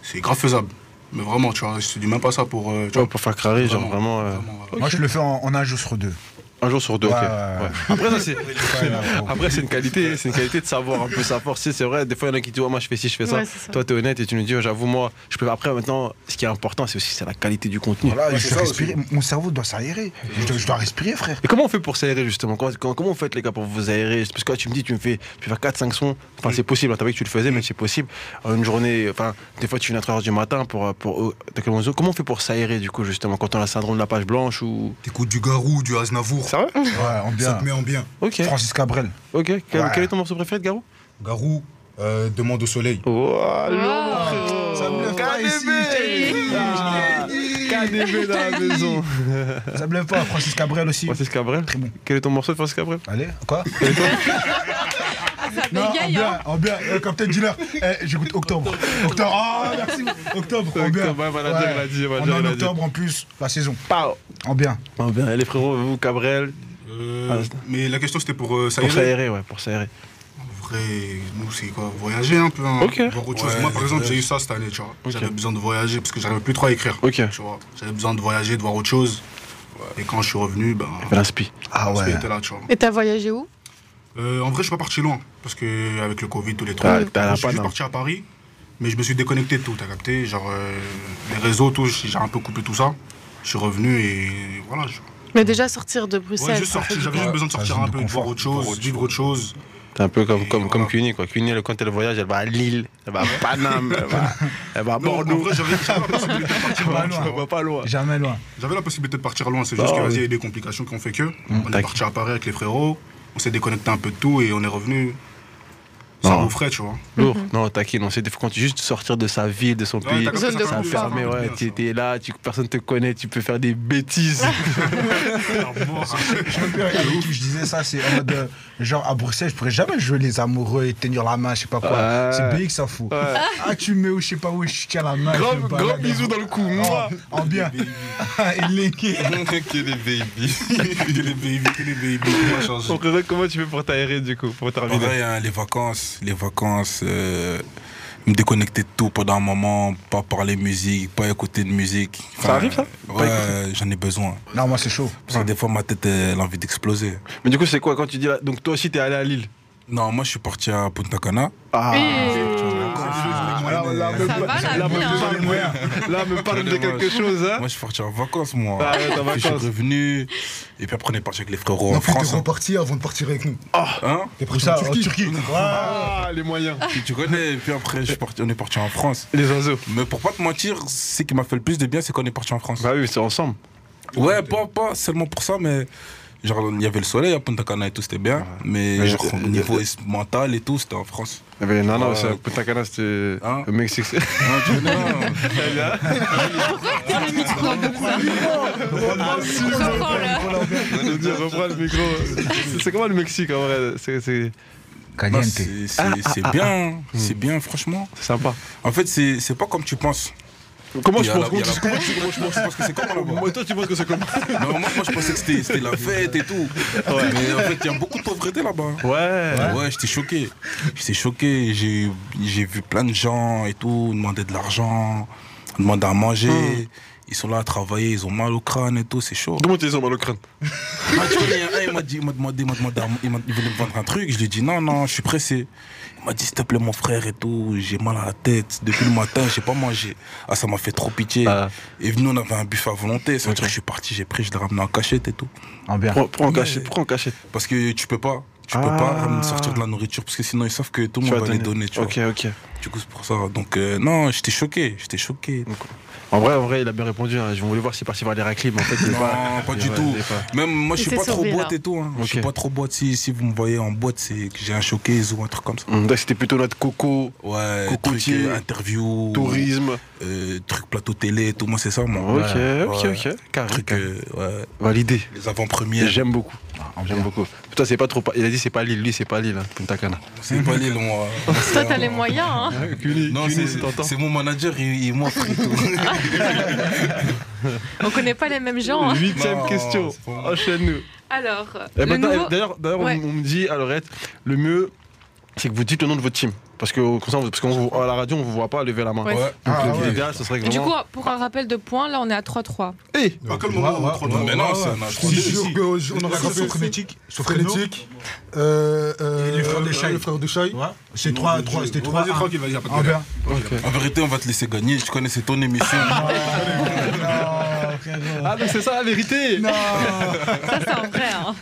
c'est grave faisable. Mais vraiment, tu vois, je te dis même pas ça pour. euh, tu
Ouais,
vois,
pour faire crarer, genre vraiment. euh,
vraiment, voilà.
Moi je le fais en, en un jour sur deux.
Un jour sur deux,
Ouais,
ok.
ouais,
Ouais.
ouais.
Après, ça, c'est.
ouais, ouais.
Après, c'est une qualité, c'est une qualité de savoir un peu sa force. Tu sais, C'est vrai, des fois, il y en a qui disent, Ouais, moi, je fais ci, je fais ça.
Ouais, c'est ça.
Toi, t'es honnête et tu nous dis, Ouais, j'avoue, moi, je peux. Après, maintenant, ce qui est important, c'est aussi c'est la qualité du contenu.
Voilà,
Ouais,
je
c'est ça
respire, mon cerveau doit s'aérer. Je, dois- je dois respirer, frère.
Et comment on fait pour s'aérer, justement comment, comment, comment on fait, les gars, pour vous aérer Parce que là, tu me dis, tu me fais, tu fais 4-5 sons. Enfin, c'est possible. hein, T'as vu que tu le faisais, mais c'est possible. En Une journée, enfin, des fois, tu finis à 3h du matin pour. euh, pour euh, t'as quel moment- comment on fait pour s'aérer, du coup, justement, quand on a le syndrome de la page blanche ou.
T'écoutes du Garou, du Aznavour. Ça,
Sérieux
Ouais, en bien.
te met en bien.
Ok.
Francis Cabrel.
Ok. Quel,
Ouais.
quel est ton morceau préféré de Garou
Garou, euh, Demande au soleil.
Oh,
frérot.
Ça me lève pas ici.
KDB dans la maison.
Ça me lève pas, Francis Cabrel aussi.
Francis Cabrel.
Très bon.
Quel est ton morceau de Francis Cabrel
Allez, quoi
Ça
Non, en
bégaye, hein.
bien, en bien. Euh, Captain Dealer, Eh, j'écoute Octobre. Octobre, ah, merci. Octobre, en bien.
Octobre, ouais, manager, il a dit,
On
manager,
est en
il a dit.
octobre en plus, la saison.
Pao.
En bien.
Ah bien, les frérots, vous, Cabrel,
Euh, mais la question, c'était pour euh,
Ah, pour
s'aérer.
s'aérer, ouais, pour s'aérer.
En vrai, nous, c'est quoi Voyager un peu. hein,
Ok.
voir autre chose.
Ouais,
Moi, par exemple,
ouais.
j'ai eu ça cette année, tu vois.
Ok.
J'avais besoin de voyager parce que j'arrivais plus trop à écrire.
Ok.
Tu vois, j'avais besoin de voyager, de voir autre chose. Et quand je suis revenu, ben.
L'inspi.
Ah ouais.
était là, tu vois.
Et t'as voyagé où
Euh, en vrai, je suis pas parti loin, parce que avec le Covid, tous les trucs.
T'as- t'as la
je suis juste
panne, hein.
parti à Paris, mais je me suis déconnecté de tout, t'as capté Genre, euh, les réseaux, tout, j'ai j'ai un peu coupé tout ça. Je suis revenu et voilà. je-
Mais déjà sortir de
Ouais,
Bruxelles.
juste sorti-
ça fait
j'avais
du
juste
bien.
besoin de sortir
zone
un
de
peu, de voir
confort,
autre chose, vivre autre chose.
T'es un peu comme,
Et
comme,
voilà.
comme Cuny, quoi. Cuny, elle, quand elle voyage, elle va à Lille, elle va à Paname, elle va, elle va à
Non, en
Bordeaux.
vrai, j'avais j'avais la possibilité de partir loin.
Pas
hein.
loin.
Elle va pas loin.
Jamais loin.
J'avais la possibilité de partir loin, c'est juste
Ah,
que vas-y,
oui.
il y a eu des complications qui ont fait que.
Hum,
on est
t'inquiète.
parti à Paris avec les frérots, on s'est déconnecté un peu de tout et on est revenu.
Ah.
Ça
Non.
vous frais, tu vois.
Lourd. Non, t'inquiète, on sait, des fois, quand tu juste sortir de sa ville, de son
Ouais,
pays.
t'as compris,
Zone de
ça fait du bien,
confort.
Mais
ça fait
ouais,
du
t'es
bien,
t'es là, tu, personne te connaît, tu peux faire des bêtises.
ça. Mort, hein.
Je me perds avec qui je disais ça, c'est en mode. euh, genre à Bruxelles, je pourrais jamais jouer les amoureux et tenir la main, je sais pas quoi.
Ouais.
C'est BX ça fout. Ah, tu me mets où, je sais pas où, je tiens la main.
Grand-
je me
grand
balade.
bisou dans le cou,
Oh,
moi.
En bien. Ah, Et linké.
Quel est baby.
Que les baby, que les baby, tout a changé.
Ton Oh, frérot, comment tu fais pour t'aérer, du coup, pour terminer
Pareil, hein, les vacances, les vacances, euh, me déconnecter de tout pendant un moment, pas parler musique, pas écouter de musique.
Ça arrive, ça Pas
Ouais, j'en ai besoin.
Non, moi c'est chaud.
Parce que des fois, ma tête, elle a envie d'exploser.
Mais du coup, c'est quoi quand tu dis là Donc, toi aussi, t'es allé à Lille
Non, moi, je suis parti à Punta Cana.
Ah
Voilà, on l'a-
Ça va la
Ah,
Là,
vie, hein.
me parle, là, me parle de quelque chose, hein
Moi, je suis parti en vacances, moi.
Ah ouais, t'es en
Puis, je suis
vacances.
revenu. Et puis après, on est parti avec les frérots en
Non, puis
France.
t'es
hein.
reparti avant de partir avec nous.
Hein
T'es
Tout
parti
ça,
en
en
Turquie.
Turquie.
Ah, les moyens
Puis tu connais. Et puis après, je suis parti- on est parti en France.
Les oiseaux
Mais pour pas te mentir, ce qui m'a fait le plus de bien, c'est qu'on est parti en France.
Bah oui, c'est ensemble.
Ouais, pas, pas seulement pour ça, mais genre, il y avait le soleil à Punta Cana et tout, c'était bien. Mais
Mais
genre,
je-
au niveau es- mental et tout, c'était en France.
Il y avait Nana
Ouais.
aussi à Punta Cana, c'était
Hein
au Mexique.
Hein, tu connais, hein
Comprends, là.
Je veux dire, reprends le micro. C'est- C'est comment le Mexique en vrai C'est c'est-
Bah,
Caliente.
c'est
Ah,
c'est- c'est bien, hein. c'est bien, franchement.
c'est sympa.
En fait, c'est c'est pas comme tu penses.
Comment
Il y
je
a
pense
la- il y a la-
Comment tu- comment je pense
Je pense que c'est comment là-bas
Moi, toi, tu penses que c'est comment
Non, moi, moi, je pensais que c'était c'était la fête et tout. Mais en fait, il y a beaucoup de pauvreté là-bas. hein.
Ouais.
Ouais, j'étais choqué. J'étais choqué. J'ai j'ai vu plein de gens et tout demander de l'argent, demander à manger.
Hmm.
Ils sont là à travailler, ils ont mal au crâne et tout, c'est chaud.
Comment tu es sur mal au crâne
Ah, tu vois, il y en a un, il m'a dit, il m'a demandé, il m'a demandé, à- il, m'a- il voulait me vendre un truc. Je lui ai dit non, non, je suis pressé. Il m'a dit s'il te plaît, mon frère et tout, j'ai mal à la tête. Depuis le matin, j'ai pas mangé. Ah, ça m'a fait trop pitié.
Ah.
Et nous, on avait un buffet à volonté. Ça veut dire que je suis parti, j'ai pris, je l'ai ramené en cachette et tout.
En bien.
Prends prends en
Ouais.
cachette, prends en cachette.
Parce que tu peux pas. Tu peux pas ramener- sortir de la nourriture parce que sinon ils savent que tout le
Ah. Tu
monde
vas
va les
donner.
donner. Tu
Ok, ok.
vois. Du coup, c'est pour ça. Donc, euh, non, j'étais choqué. J'étais choqué.
En vrai, en vrai, il a bien répondu. hein. Je voulais voir s'il parti voir les raclés, mais en fait, il est
Non, pas,
il est
du
pas-
tout.
il est pas.
Même moi, je
Il
suis
s'est
pas trop
sauvé,
boîte
là.
et tout. hein. Je suis
Ok.
pas trop boîte. Si, si vous me voyez en boîte, c'est que j'ai un showcase ou un truc comme ça.
Hum, donc C'était plutôt notre coco,
Ouais,
Cocotier,
truc, euh, interview,
tourisme.
euh, truc plateau télé, tout. Moi, c'est ça, moi.
Ok,
Ouais,
ok,
ouais.
ok. Carré,
Truc,
carré.
euh, Ah, ouais,
Validé.
les avant-premières.
J'aime beaucoup. J'aime beaucoup. Toi, c'est pas trop. Il a dit c'est pas Lille. Lui, c'est pas Lille. hein, Punta Cana.
C'est pas les longs. hein.
Toi, t'as les moyens, hein
Non, c'est c'est mon manager, il, il m'offre et tout.
On connaît pas les mêmes gens. hein.
Huitième
Non,
question.
c'est pas vrai.
Enchaîne-nous.
Alors,
Eh
le
ben,
nouveau-
D'ailleurs, d'ailleurs, on-
Ouais.
on, me dit à l'oreille, le mieux, c'est que vous dites le nom de votre team. Parce que comme ça, on- parce qu'on vous- à la radio, on vous voit pas lever la main.
Ouais.
Ouais.
Donc,
Ah,
le-
ouais.
L'idéal, ce serait que
Du coup,
vraiment. Eh,
pour un rappel de points, là, on est à 3-3.
Hey
À quel moment
Ah,
on prend le-
Mais non, c'est un
Si,
introduit.
Si,
jure
si.
que je- on a
Si, si,
rattrapé
si.
Frénétique.
Fréno.
Frénétique. euh, euh,
Les frères de Shai.
Les frères de Shai.
Ouais.
C'est 3 3 c'était 3
Vas-y, tranquille, vas-y, y a pas de galère.
Envers.
En vérité, on va te laisser gagner. Je connais, c'est ton émission.
Ah, donc c'est ça la vérité
Ça, c'est en vrai. hein.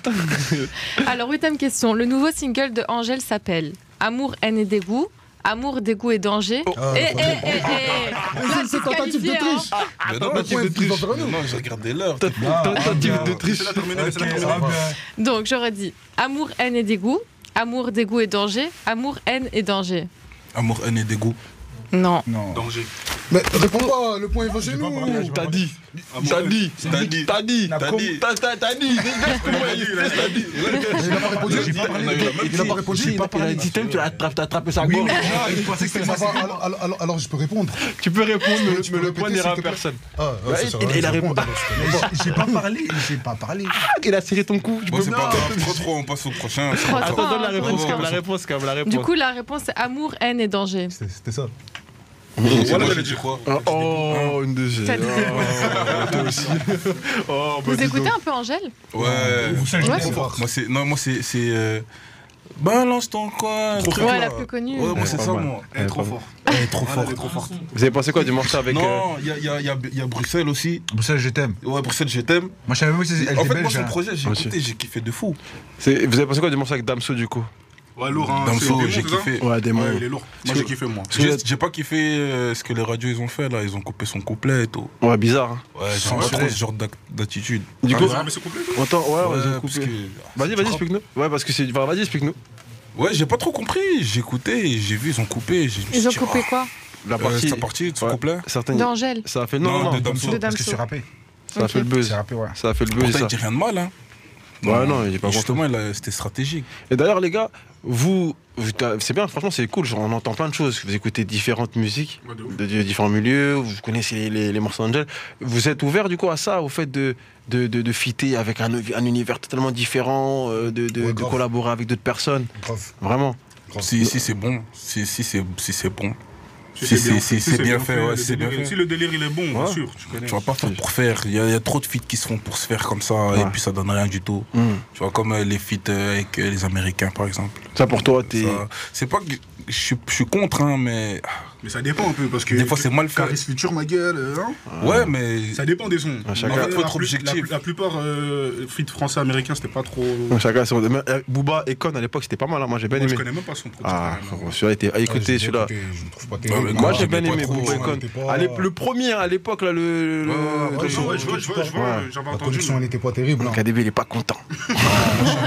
Alors, huitième question. Le nouveau single de Angèle s'appelle Amour, haine et dégoût. Amour, dégoût et danger.
Oh,
Eh, eh, eh, eh. Là,
C'est
c'est
tentative
qualifié,
de
hein.
triche.
Mais non,
Bah,
Attends,
tu-
ouais,
mais
tu vas faire un autre.
non, j'ai regardé l'heure.
Toi,
Ah,
toi, toi, tu
ah,
de
ah,
triche.
Laissez-la terminer, laissez-la
Ok,
terminer.
ah, bah.
Donc, j'aurais dit Amour, haine et dégoût. Amour, dégoût et danger. Amour, haine et danger.
Amour, haine et dégoût.
Non.
Non.
Danger.
Mais réponds pas, le point est chez nous.
T'as dit, t'as dit, t'as dit, t'as dit,
T'as
t'as
dit.
dit, t'as t'as- t'as dit, Dégage pour moi, il fait, t'as dit.
Il n'a pas répondu.
J'ai pas parlé, il a même
Il n'a pas répondu. Il n'a pas
Il a
parlé.
dit, t'aimes, tu l'attrapes, t'as attrapé sa
Oui,
gorge.
mais ah, il pensait que c'était facile. Alors, alors, alors, alors, je peux répondre.
Tu peux répondre, mais
Tu
mais
peux
le point
répéter,
n'ira à
s'il te plaît
personne.
Ah, ouais, c'est
il-
ça,
il-
ouais,
il a
je
répondu.
réponds, d'abord, je peux. J'ai pas parlé. J'ai pas parlé.
Il Ah, a serré ton cou. tu
Bon,
peux
c'est
pas-
pas grave. 3-3, on passe au prochain.
Trois, trois.
Attends, donne la
Ah,
réponse,
ouais.
comme la réponse, comme la réponse.
Du coup, la réponse, c'est Amour, haine et danger.
C'est- C'était ça.
Voilà,
Voilà,
j'ai dit quoi
Ah, Oh, une deuxième.
Ça dit-
Oh, toi aussi. Oh, bah,
Vous
dis
écoutez
donc.
un peu Angèle
Ouais.
Ouais.
Moi, c'est. Non, moi, c'est. c'est, euh, Balance ton coin. truc,
Ouais,
là.
la plus connue.
Ouais, moi, c'est
pas
ça,
mal.
moi.
Elle est trop forte.
Elle est trop forte.
Vous avez pensé quoi du morceau avec. euh,
Non, il y a, il y, a, il y, a, il y a Bruxelles aussi.
Bruxelles, je t'aime.
Ouais, Bruxelles, je t'aime.
Moi, je savais même pas si elle était
En fait, moi,
belge.
son
hein.
projet, j'ai
Ok.
écouté, j'ai kiffé de fou.
c'est- Vous avez pensé quoi du morceau avec Damso du coup
Ouais, lourd,
Ah,
hein. c'est
Damso,
des
j'ai
moves, hein.
kiffé.
Ouais, des
Ouais, il est lourd. Moi, j'ai kiffé, moi.
J'ai j'ai pas kiffé euh, ce que les radios ils ont fait là, ils ont coupé son couplet et tout.
Ouais, bizarre. hein.
Ouais, j'aime pas trop ce genre d'ac- d'attitude.
Du
Ah,
coup,
vous avez ce couplet
Attends, ouais,
Ouais,
ouais, ils ont
parce
coupé.
que-
Vas-y, vas-y, explique-nous. Ouais, parce que c'est. enfin, vas-y, explique-nous.
Ouais, j'ai pas trop compris. J'ai écouté, j'ai vu, ils ont coupé. j'ai- je me suis
Ils ont
dit,
coupé
ah,
quoi
La
euh, c'est ta partie de ce
Ouais.
couplet
Certaines.
D'Angèle
Ça a fait. Non,
Non,
non,
de Damso.
De
Parce que
Damso.
c'est rappé.
Ça a fait le
C'est
buzz.
rappé, ouais.
Ça a fait le buzz et
Pourtant,
ça.
il dit rien de mal, hein.
Ouais, non, il est pas
Justement, il a- c'était stratégique.
Et d'ailleurs, les gars, vous. vous- t'as- C'est bien, franchement, c'est cool. genre, on entend plein de choses. Vous écoutez différentes musiques
Ouais, de ouf.
de, de différents milieux. Vous connaissez les, les- les morceaux d'Angel. Vous êtes ouvert, du coup, à ça, au fait de, de, de, de fitter avec un, un univers totalement différent, euh, de, de,
Ouais,
de
grave.
collaborer avec d'autres personnes.
Grave.
Vraiment.
Si, si c'est bon, si, si c'est si c'est bon. Si
Si
c'est si c'est bien fait, ouais,
le
si c'est bien
délire-
fait.
Si le délire, il est bon, bien
Ouais.
sûr, tu connais.
Tu vas pas faire pour faire. Il y, a- il y a trop de feats qui se font pour se faire comme ça et
Ouais.
puis ça donne rien du tout.
Mm.
Tu vois, comme euh, les feats euh, avec euh, les Américains par exemple.
Ça, pour toi, t'es.
Ça, C'est pas que je suis- je suis contre, hein, mais.
Mais ça dépend un peu, parce que.
Des fois, c'est mal fait.
Caris Future, ma gueule, euh, hein.
Ouais, mais.
Ça dépend des sons.
chacun.
Mais
Faut être
la plus-
objectif.
La, la plupart, euh, feat français américain, c'était pas trop.
Donc, chacun son. Mais, euh, Booba et Con à l'époque, c'était pas mal. hein. Moi, j'ai bien
Moi, je
aimé.
connais même hein. pas son produit.
Ah, frérot, celui-là était. Ah, écoutez, celui-là. Moi, j'ai bien aimé Booba et Con. Allez, le premier à l'époque, là, le. le-
Ouais,
Ouais, je vois, je vois, je vois, je vois,
Ouais.
j'avais
La
entendu.
connexion, elle était pas terrible. hein.
KDB, il est pas content.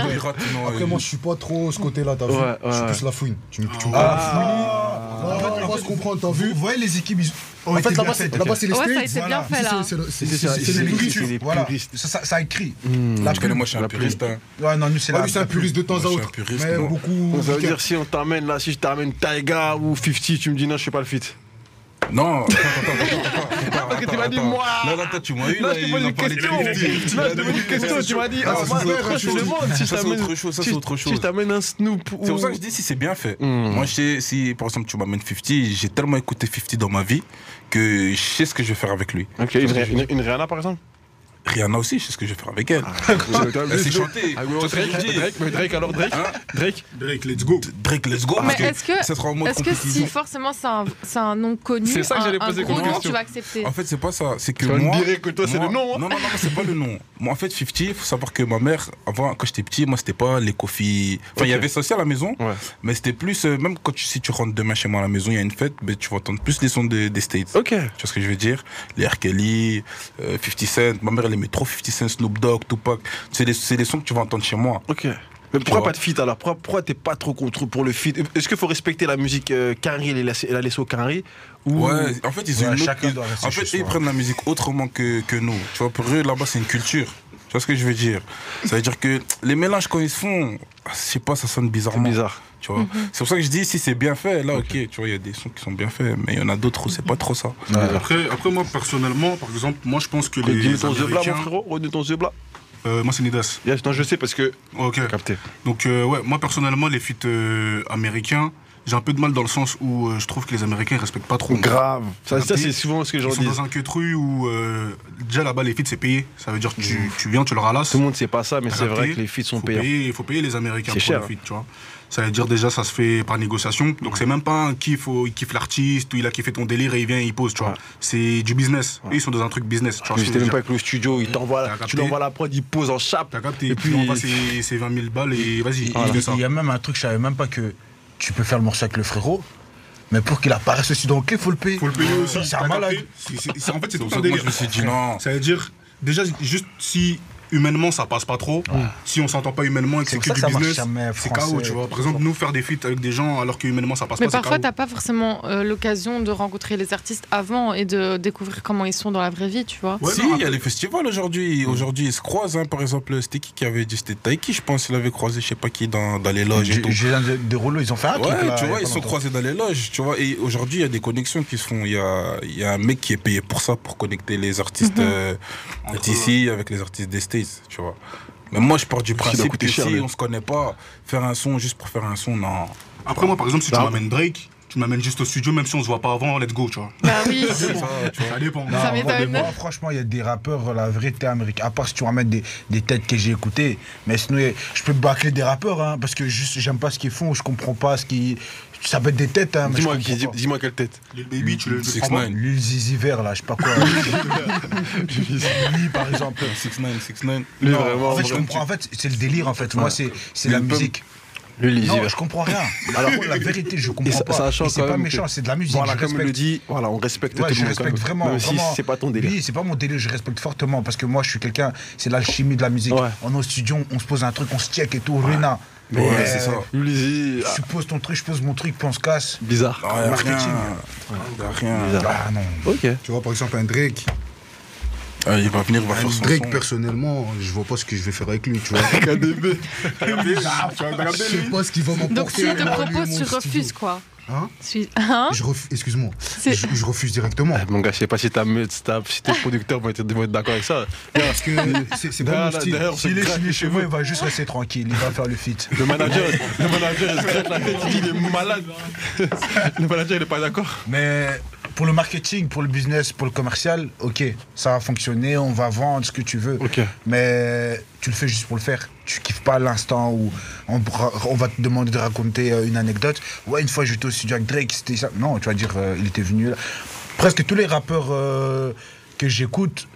pirate, non,
Après,
euh,
moi, je suis pas trop ce côté-là, t'as vu
Ouais, ouais,
Je suis
ouais.
plus la fouine. Tu me tu me vois la fouine Ah. Ouais, On va se comprendre, t'as vu
Vous voyez les équipes, ils ont
En
été
fait,
bien
là-bas,
faites.
c'est là-bas, c'est les
Ouais, ça a
States.
été bien fait là.
C'est le- c'est-
C'est-
c'est- c'est
c'est- c'est-
les
c'est des
nourritures. Voilà.
puristes.
Ça, ça, ça écrit.
Tu connais, moi, je suis un puriste. hein.
Ouais, non, nous, c'est
Ah
la.
oui, c'est un puriste de temps à
Moi, je suis
autre.
un puriste,
Mais
moi.
beaucoup.
Ça veut dire si on t'amène là, si je t'amène Taiga ou 50, tu me dis non, je suis pas le fit.
Non, attends, attends, attends, attends, attends.
parce que tu m'as dit,
attends.
moi.
Là, là, attends, tu m'as eu.
Là, je
il
te pose
en
une
parlait de
question. Là,
Fifty.
je
Il a
te pose
donné
une question. Tu m'as dit, ah,
ça,
c'est moi,
c'est autre
frère, je te
chose.
demande si je
Ça, c'est
t'amène.
autre chose, ça,
si-
c'est autre
Si
chose.
je t'amène un Snoop ou.
C'est pour ça que je dis si c'est bien fait.
Hmm.
Moi, je sais, si par exemple tu m'amènes 50, j'ai tellement écouté 50 dans ma vie que je sais ce que je vais faire avec lui.
Ok, une, Rihanna par exemple
Rihanna aussi, c'est ce que je vais faire avec
Ah,
elle. elle s'est chantée.
Drake, mais Drake, alors Drake
Hein
Drake
Drake, let's go.
Drake, let's go.
Mais
parce
est-ce que,
ça sera en mode
est-ce que si
compétition.
forcément c'est un, c'est un nom connu,
C'est ça que
un-
j'allais
un
poser
gros
comme
nom,
question.
tu vas accepter
En fait, c'est pas ça. C'est que
Tu vas me
moi.
dire que toi, c'est
moi-
le nom, hein.
Non, non, non, non, c'est pas le nom. Moi, en fait, 50, il faut savoir que ma mère, avant, quand j'étais petit, moi, c'était pas les coffees. Enfin, il y
Ok.
avait ça aussi à la maison. Mais c'était plus. euh, même quand tu- si tu rentres demain chez moi à la maison, il y a une fête, mais tu vas entendre plus les sons des- des States.
Ok.
Tu vois ce que je veux dire Les R. Kelly, euh, 50 Cent. Ma mère, elle aimait trop 50 Cent, Snoop Dogg, Tupac. C'est des, c'est des sons que tu vas entendre chez moi.
Ok. Mais pourquoi pas de feat alors Pourquoi, pourquoi t'es pas trop contre pour le feat Est-ce qu'il faut respecter la musique euh, Carrie et la, et la laisser au Carrie ou...
Ouais, en fait, ils
Ouais,
ont une autre-
chacun doit rester
En
chez
fait,
soi.
ils prennent la musique autrement que, que nous. Tu vois, pour eux, là-bas, c'est une culture. Tu vois ce que je veux dire Ça veut dire que les mélanges, quand ils se font, ah, je sais pas, ça sonne bizarrement.
bizarre.
Tu vois C'est pour ça que je dis, si c'est bien fait, là, ok, tu vois, il y a des sons qui sont bien faits, mais il y en a d'autres où c'est pas trop ça.
Après, après, moi, personnellement, par exemple, moi, je pense que
Redis
les
ton yeux blanc, mon
Américains...
frérot. Redis ton yeux blanc.
Euh, moi, c'est Nidas.
Yes, non, je sais parce que.
Ok.
Capté.
Donc, euh, ouais, moi, personnellement, les feats euh, américains, j'ai un peu de mal dans le sens où euh, je trouve que les Américains, ils respectent pas trop.
Grave. Ça, ça,
Capté.
c'est souvent ce que les gens
Ils sont
disent.
dans un queutru où, euh, déjà, là-bas, les feats, c'est payé. Ça veut dire que tu, tu viens, tu le ralasses.
Mmh. Tout le monde sait pas ça, mais c'est vrai
Raté,
que les feats sont
faut
payants.
payer- Il faut payer les Américains
C'est
pour
cher.
les feats, tu vois. Ça veut dire déjà, ça se fait par négociation. Donc, c'est même pas un kiff, au- il kiffe l'artiste ou il a kiffé ton délire et il vient et il pose, tu vois. C'est du business. Eux, Ils sont dans un truc business. Tu vois
Mais
ce que
j'étais
je veux
même
dire.
pas avec le studio, il t'envoie,
T'as
tu
capté.
l'envoies à la prod, il pose en chape.
T'as capté.
Et
Et
puis-
puis, on va ses, ses 20 000 balles et vas-y,
Il-
il fait
il,
ça.
il y a même un truc, je savais même pas que tu peux faire le morceau avec le frérot, mais pour qu'il apparaisse aussi dans le clip, faut le payer.
Faut le payer aussi.
C'est
t'as
un malade.
capté C'est- c'est- c'est- En fait, c'est
Donc,
tout
ça,
un
moi,
délire.
je me suis dit, non.
Ça veut dire, déjà, juste si humainement ça passe pas trop, si on s'entend pas humainement et que
C'est
c'est
pour
que
ça que ça
du
marche
business,
jamais,
c'est
français.
KO, tu vois. Par exemple, nous faire des feats avec des gens alors que humainement ça passe
Mais
pas, c'est
parfois,
KO.
t'as pas forcément euh, l'occasion de rencontrer les artistes avant et de découvrir comment ils sont dans la vraie vie, tu vois.
Ouais,
si,
non,
il y a les festivals aujourd'hui. Aujourd'hui, ils se croisent. hein. Par exemple, c'était qui qui avait dit C'était Taiki, je pense. Il avait croisé, je sais pas qui, dans, dans les loges et tout.
J'ai j'ai un des des rouleaux, ils ont fait un truc.
Ouais,
Ah, là,
tu
il y a
vois,
pas
ils sont
longtemps.
croisés dans les loges, tu vois. Et aujourd'hui, il y a des connexions qui se font. Il y a, il y a un mec qui est payé pour ça, pour connecter les artistes euh, d'ici avec les artistes des States, tu vois. Mais moi, je pars du
doit
principe
coûter
que
cher,
si
lui.
on se connaît pas, faire un son juste pour faire un son, non.
Après, moi, par exemple, si tu
Bah,
m'amènes Drake, tu m'amènes juste au studio, même si on se voit pas avant, let's go, tu vois.
Bah oui.
Ça dépend.
Non,
Ça
moi,
m'étonne.
mais moi, Ah, franchement, il y a des rappeurs, la vérité américaine. À part si tu ramènes des, des têtes que j'ai écoutées. Mais sinon, je peux bâcler des rappeurs, hein, parce que juste, j'aime pas ce qu'ils font, je comprends pas ce qu'ils. Ça peut être des têtes, hein. mais
Dis-moi
je
qui-
comprends
dis-moi quelle tête.
Lil Baby, tu le tu le
6
prends pas
9
pas. Lil Zizi Vert, là, je sais pas quoi. Lui, par exemple.
6 9 6 9
Lui,
Non,
vraiment.
en fait, je
vraiment.
comprends. En fait, c'est le délire, en fait. Moi, c'est c'est la
Lil Pump.
musique.
Lui, il y
Non,
va.
je comprends rien. Alors, la vérité, je
Et
comprends
ça,
pas.
ça
Et
change
c'est
quand
pas
même
méchant,
que-
c'est de la musique.
Voilà,
je
comme il le
respecte.
dit, voilà, on respecte
Ouais,
tout
je
le monde. quand même.
respecte vraiment.
Même si
vraiment.
c'est pas ton délire.
Oui, c'est pas mon délire, je respecte fortement parce que moi je suis quelqu'un, c'est l'alchimie de la musique.
Ouais.
On est au studio, on se pose un truc, on se check et tout, Rena.
Mais
Euh,
c'est ça.
Lui, il y va.
Tu poses ton truc, je pose mon truc, puis on se casse.
Bizarre.
Ah, y a rien.
Marketing.
Y a rien.
Ah non.
Ok.
Tu vois, par exemple, un Drake.
Ah, il va venir, il va
Un
faire son
Drake,
son.
personnellement, je vois pas ce que je vais faire avec lui, tu vois.
KDB.
je sais pas ce qu'il va m'apporter.
Donc si elle te
moi, lui,
propose,
mon
tu
studio.
refuses quoi
Hein
Si- Hein
Je refuse, excuse-moi.
C'est-
Je, je refuse directement.
Eh, Mon gars, je sais pas si ta meute, si ta- si tes producteurs vont être vont être d'accord avec ça.
Parce que c'est- c'est pas
Derrière,
mon style.
derrière, on se
S'il est
gratte
chez
les
lui, chez moi,
cheveux.
il va juste rester tranquille, il va faire le fit.
Le manager, le manager, il se gratte la tête, il dit il est malade. Le manager, il est pas d'accord.
Mais pour le marketing, pour le business, pour le commercial, ok, ça va fonctionner, on va vendre ce que tu veux.
Ok.
Mais tu le fais juste pour le faire. Tu kiffes pas l'instant où on, bra- on va te demander de raconter euh, une anecdote. Ouais, une fois j'étais au studio avec Drake, c'était ça. Non, tu vas dire, euh, il était venu là. Presque tous les rappeurs euh, que j'écoute,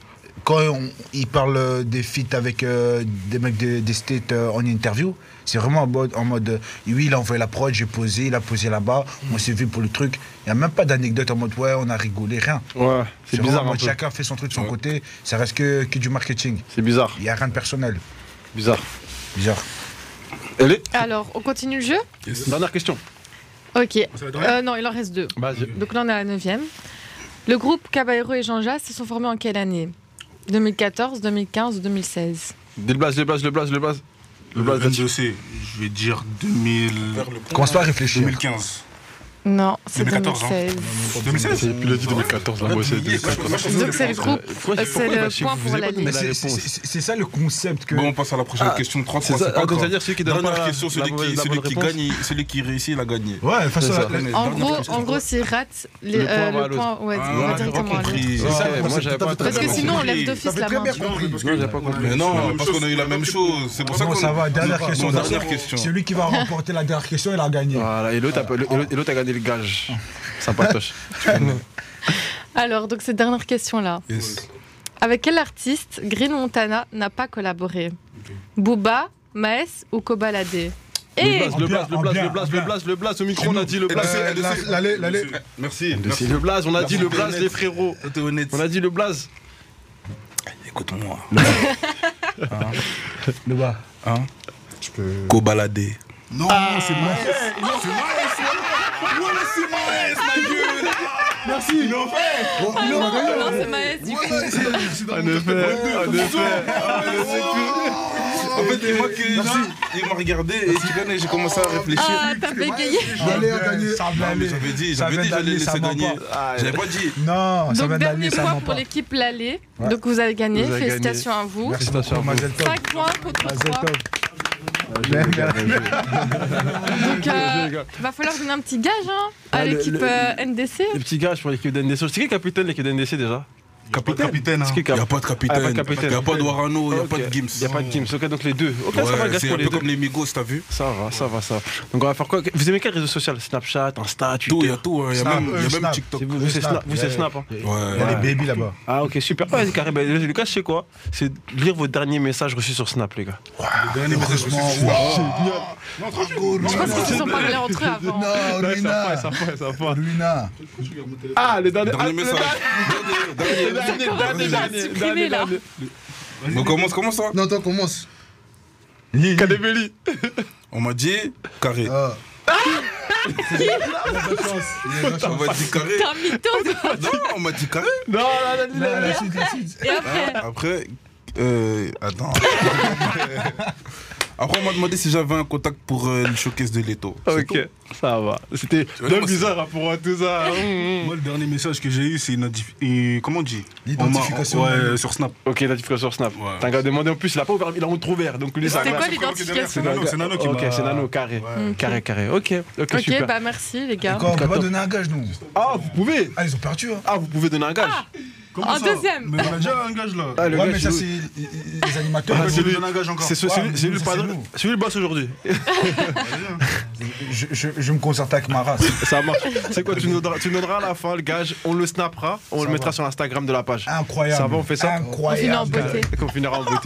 quand on- ils parlent euh, des feats avec euh, des mecs de- des States euh, en interview, c'est vraiment en mode, en mode euh, oui, il a envoyé la prod, j'ai posé, il a posé là-bas,
Mm.
on s'est vu pour le truc. Il n'y a même pas d'anecdote en mode ouais, on a rigolé, rien.
Ouais, c'est
vraiment en
bizarre un
mode,
peu.
Chacun fait son truc de son côté, ça reste que, que du marketing.
C'est bizarre,
Il n'y a rien de personnel.
bizarre.
Bizarre.
Elle est
Alors, on continue le jeu
Dernière question.
Ok.
Ça va être
Euh, non, il en reste deux.
Vas-y.
Donc là, on est à la neuvième. Le groupe Caballero et Jean Jas se sont formés en quelle année 2014, 2015 ou 2016
Le blaze, le blaze, le blaze, le blaze. Le
Le
blaze,
NDEC, je vais dire 2000...
Vers le pont.
Commence pas à réfléchir.
2015.
Non, c'est
2014,
2016.
hein. 2016
Il a dit 2014, là, moi, c'est 2014.
Donc c'est le groupe, euh, c'est le point pour la
Mais
ligne.
c'est- c'est- C'est c'est ça le concept que.
Bon, on passe à la prochaine
Ah,
question. 3
c'est
3
ça.
c'est pas
Ah, donc
grave.
c'est-à-dire celui qui
Dernière
donne la-
question, celui
la
qui-
bonne- la
celui
bonne
qui
réponse.
gagne, il- celui qui réussit, il a gagné.
Ouais, de toute façon,
C'est ça.
la- la-
En
Dernière
gros,
question.
en gros, s'il rate les-
Le point
euh,
va à
le point,
l'autre.
ouais, on
Ah,
va
ouais,
directement
j'ai
à l'autre.
compris.
C'est ça,
Ouais,
moi,
moi,
j'avais
j'avais
pas
pas
Parce
Ah,
que
compris.
sinon, on
compris.
lève d'office la main. tu vois.
Non, j'ai pas compris.
Mais non, parce qu'on a eu la même chose. C'est pour ça
Bon,
qu'on
ça va, dernière
Bon,
question.
Dernière
Gaston.
question.
Celui qui va remporter la dernière question, il a gagné.
Voilà, et l'autre a, et l'autre- et l'autre a gagné le gage. Sympatoche.
Alors, donc cette dernière question-là.
Yes.
Avec quel artiste Green Montana n'a pas collaboré Booba, Maes ou Eh, Kobalade Et
Le blaze, le blaze,
En bien,
le blaze,
en
le
bien.
blaze, le blaze, au micro, on a dit le
Eh ben,
blaze.
c'est-
la-
c'est-
l'allée- l'allée-
Merci. Merci.
C'est le blaze, on a dit le
Merci.
blaze, les frérots.
T'es honnête.
On a dit le blaze.
Écoute-moi.
Le bas.
Hein
Je peux.
Go balader.
Non, c'est Maes. C'est Maes, ouais. Voilà, c'est Maes, ma gueule. Merci. Il en fait.
Non, non, c'est Maes du coup.
Voilà, c'est- c'est dans mon top
en effet.
En fait, il m'a que- il m'a regardé et tu connais, j'ai commencé à réfléchir.
Ah, t'as bégayé.
Allez, a gagné. Ça va
Non, mais
aller.
j'avais dit,
Ça
j'avais
vient
dit, j'allais
d'aller, ça
laisser
ment
gagner.
pas.
J'avais pas dit.
Non, ça
Donc,
va d'aller,
dernier
ça
point
ment
pour
pas.
l'équipe Lalée.
Ouais.
Donc, vous avez gagné.
Vous avez
Félicitations à vous.
Merci
Félicitations
beaucoup,
à vous.
Mazel Tov.
5 points contre 3.
Mazel Tov.
Bien joué,
Donc,
les
euh,
gars.
va falloir donner un petit gage hein, à
Ah, le-
l'équipe
le-
euh, NDC.
Le petit gage pour l'équipe d'NDC. C'est qui le capitaine de l'équipe d'NDC déjà
Capitaine. Capitaine, hein.
C'est qui le
Il
cap-
n'y a pas de
Ah, pas
capitaine.
de
Il
capitaine.
n'y a pas de Warano, il n'y a pas de
Ok.
Gims.
Il n'y a pas de Gims. Ok, donc les deux. Ok, ça va, le
Ouais,
gage
C'est
pour
un
les
peu
deux.
comme les Migos, t'as vu
Ça va, ça va, ça va. Donc on va faire quoi Vous aimez quel réseau social Snapchat, Insta,
Tout, il y
Twitter
a tout. hein. Il y a
Snap,
même-
euh,
il y a même
Snap.
TikTok.
C'est vous, vous, c'est Snap, vous, c'est Snap, hein.
Il y a
Ouais.
les baby là-bas.
Ah ok super. Ouais, carré. Ben, Lucas, c'est quoi C'est lire vos derniers messages reçus sur Snap, les gars.
Dernier message, je me suis-
Je pense qu'ils se sont parlé entre eux avant.
Non,
Oh,
Ruina.
va, ça va.
Ruina.
Ah les derniers.
Dernier message.
Les derniers, derniers, derniers,
Supprimé,
derniers,
là.
derniers.
On commence comment ça
Non, attends, commence.
Kadebeli.
On m'a dit carré.
Ah.
On m'a dit carré.
T'es un mytho, toi.
Non, on m'a dit carré.
Non, non, non, non, non.
La suite, la suite.
Et après,
Après, euh, attends. Après, on m'a demandé si j'avais un contact pour euh, le showcase de Leto. C'est tout.
Ok, ça va. C'était
vois,
bien
moi,
bizarre hein, pour euh, tout ça. hein.
Moi, le dernier message que j'ai eu, c'est une. notif- et- Comment on dit
L'identification.
On m'a- Ouais, sur Snap.
Ok, là tu feras sur Snap. T'as qu'à demander en plus, il a pas ouvert, il a entre ouvert. Donc lui, ça.
c'était
va.
quoi l'identification
C'est Nano, c'est Nano qui
Ok,
m'a-
c'est Nano, carré. Carré, carré. Ok, ok,
Ok,
super.
bah merci les gars.
Quoi, on peut pas donner un gage, nous
Ah, vous pouvez
Ah, ils ont perdu, hein.
Ah, vous pouvez donner un gage
Comment
En
ça
deuxième.
Mais on a déjà un gage là.
Ah, le
Ouais,
gage,
mais ça,
il-
c'est les animateurs.
Ah,
Ouais,
c'est
je
lui.
donne un gage encore.
C'est ce-
Ouais,
c'est
mais
lui, c'est lui
ça,
le
c'est
padre-
nous.
c'est lui le boss aujourd'hui.
Je, je, je me concerte avec ma race.
Ça marche. C'est quoi Tu nous donneras, tu nous donneras à la fin le gage, on le snappera, on le mettra sur l'Instagram de la page.
Incroyable.
Ça va, on fait ça
Incroyable.
On finit en beauté.
Et qu'on finira en beauté.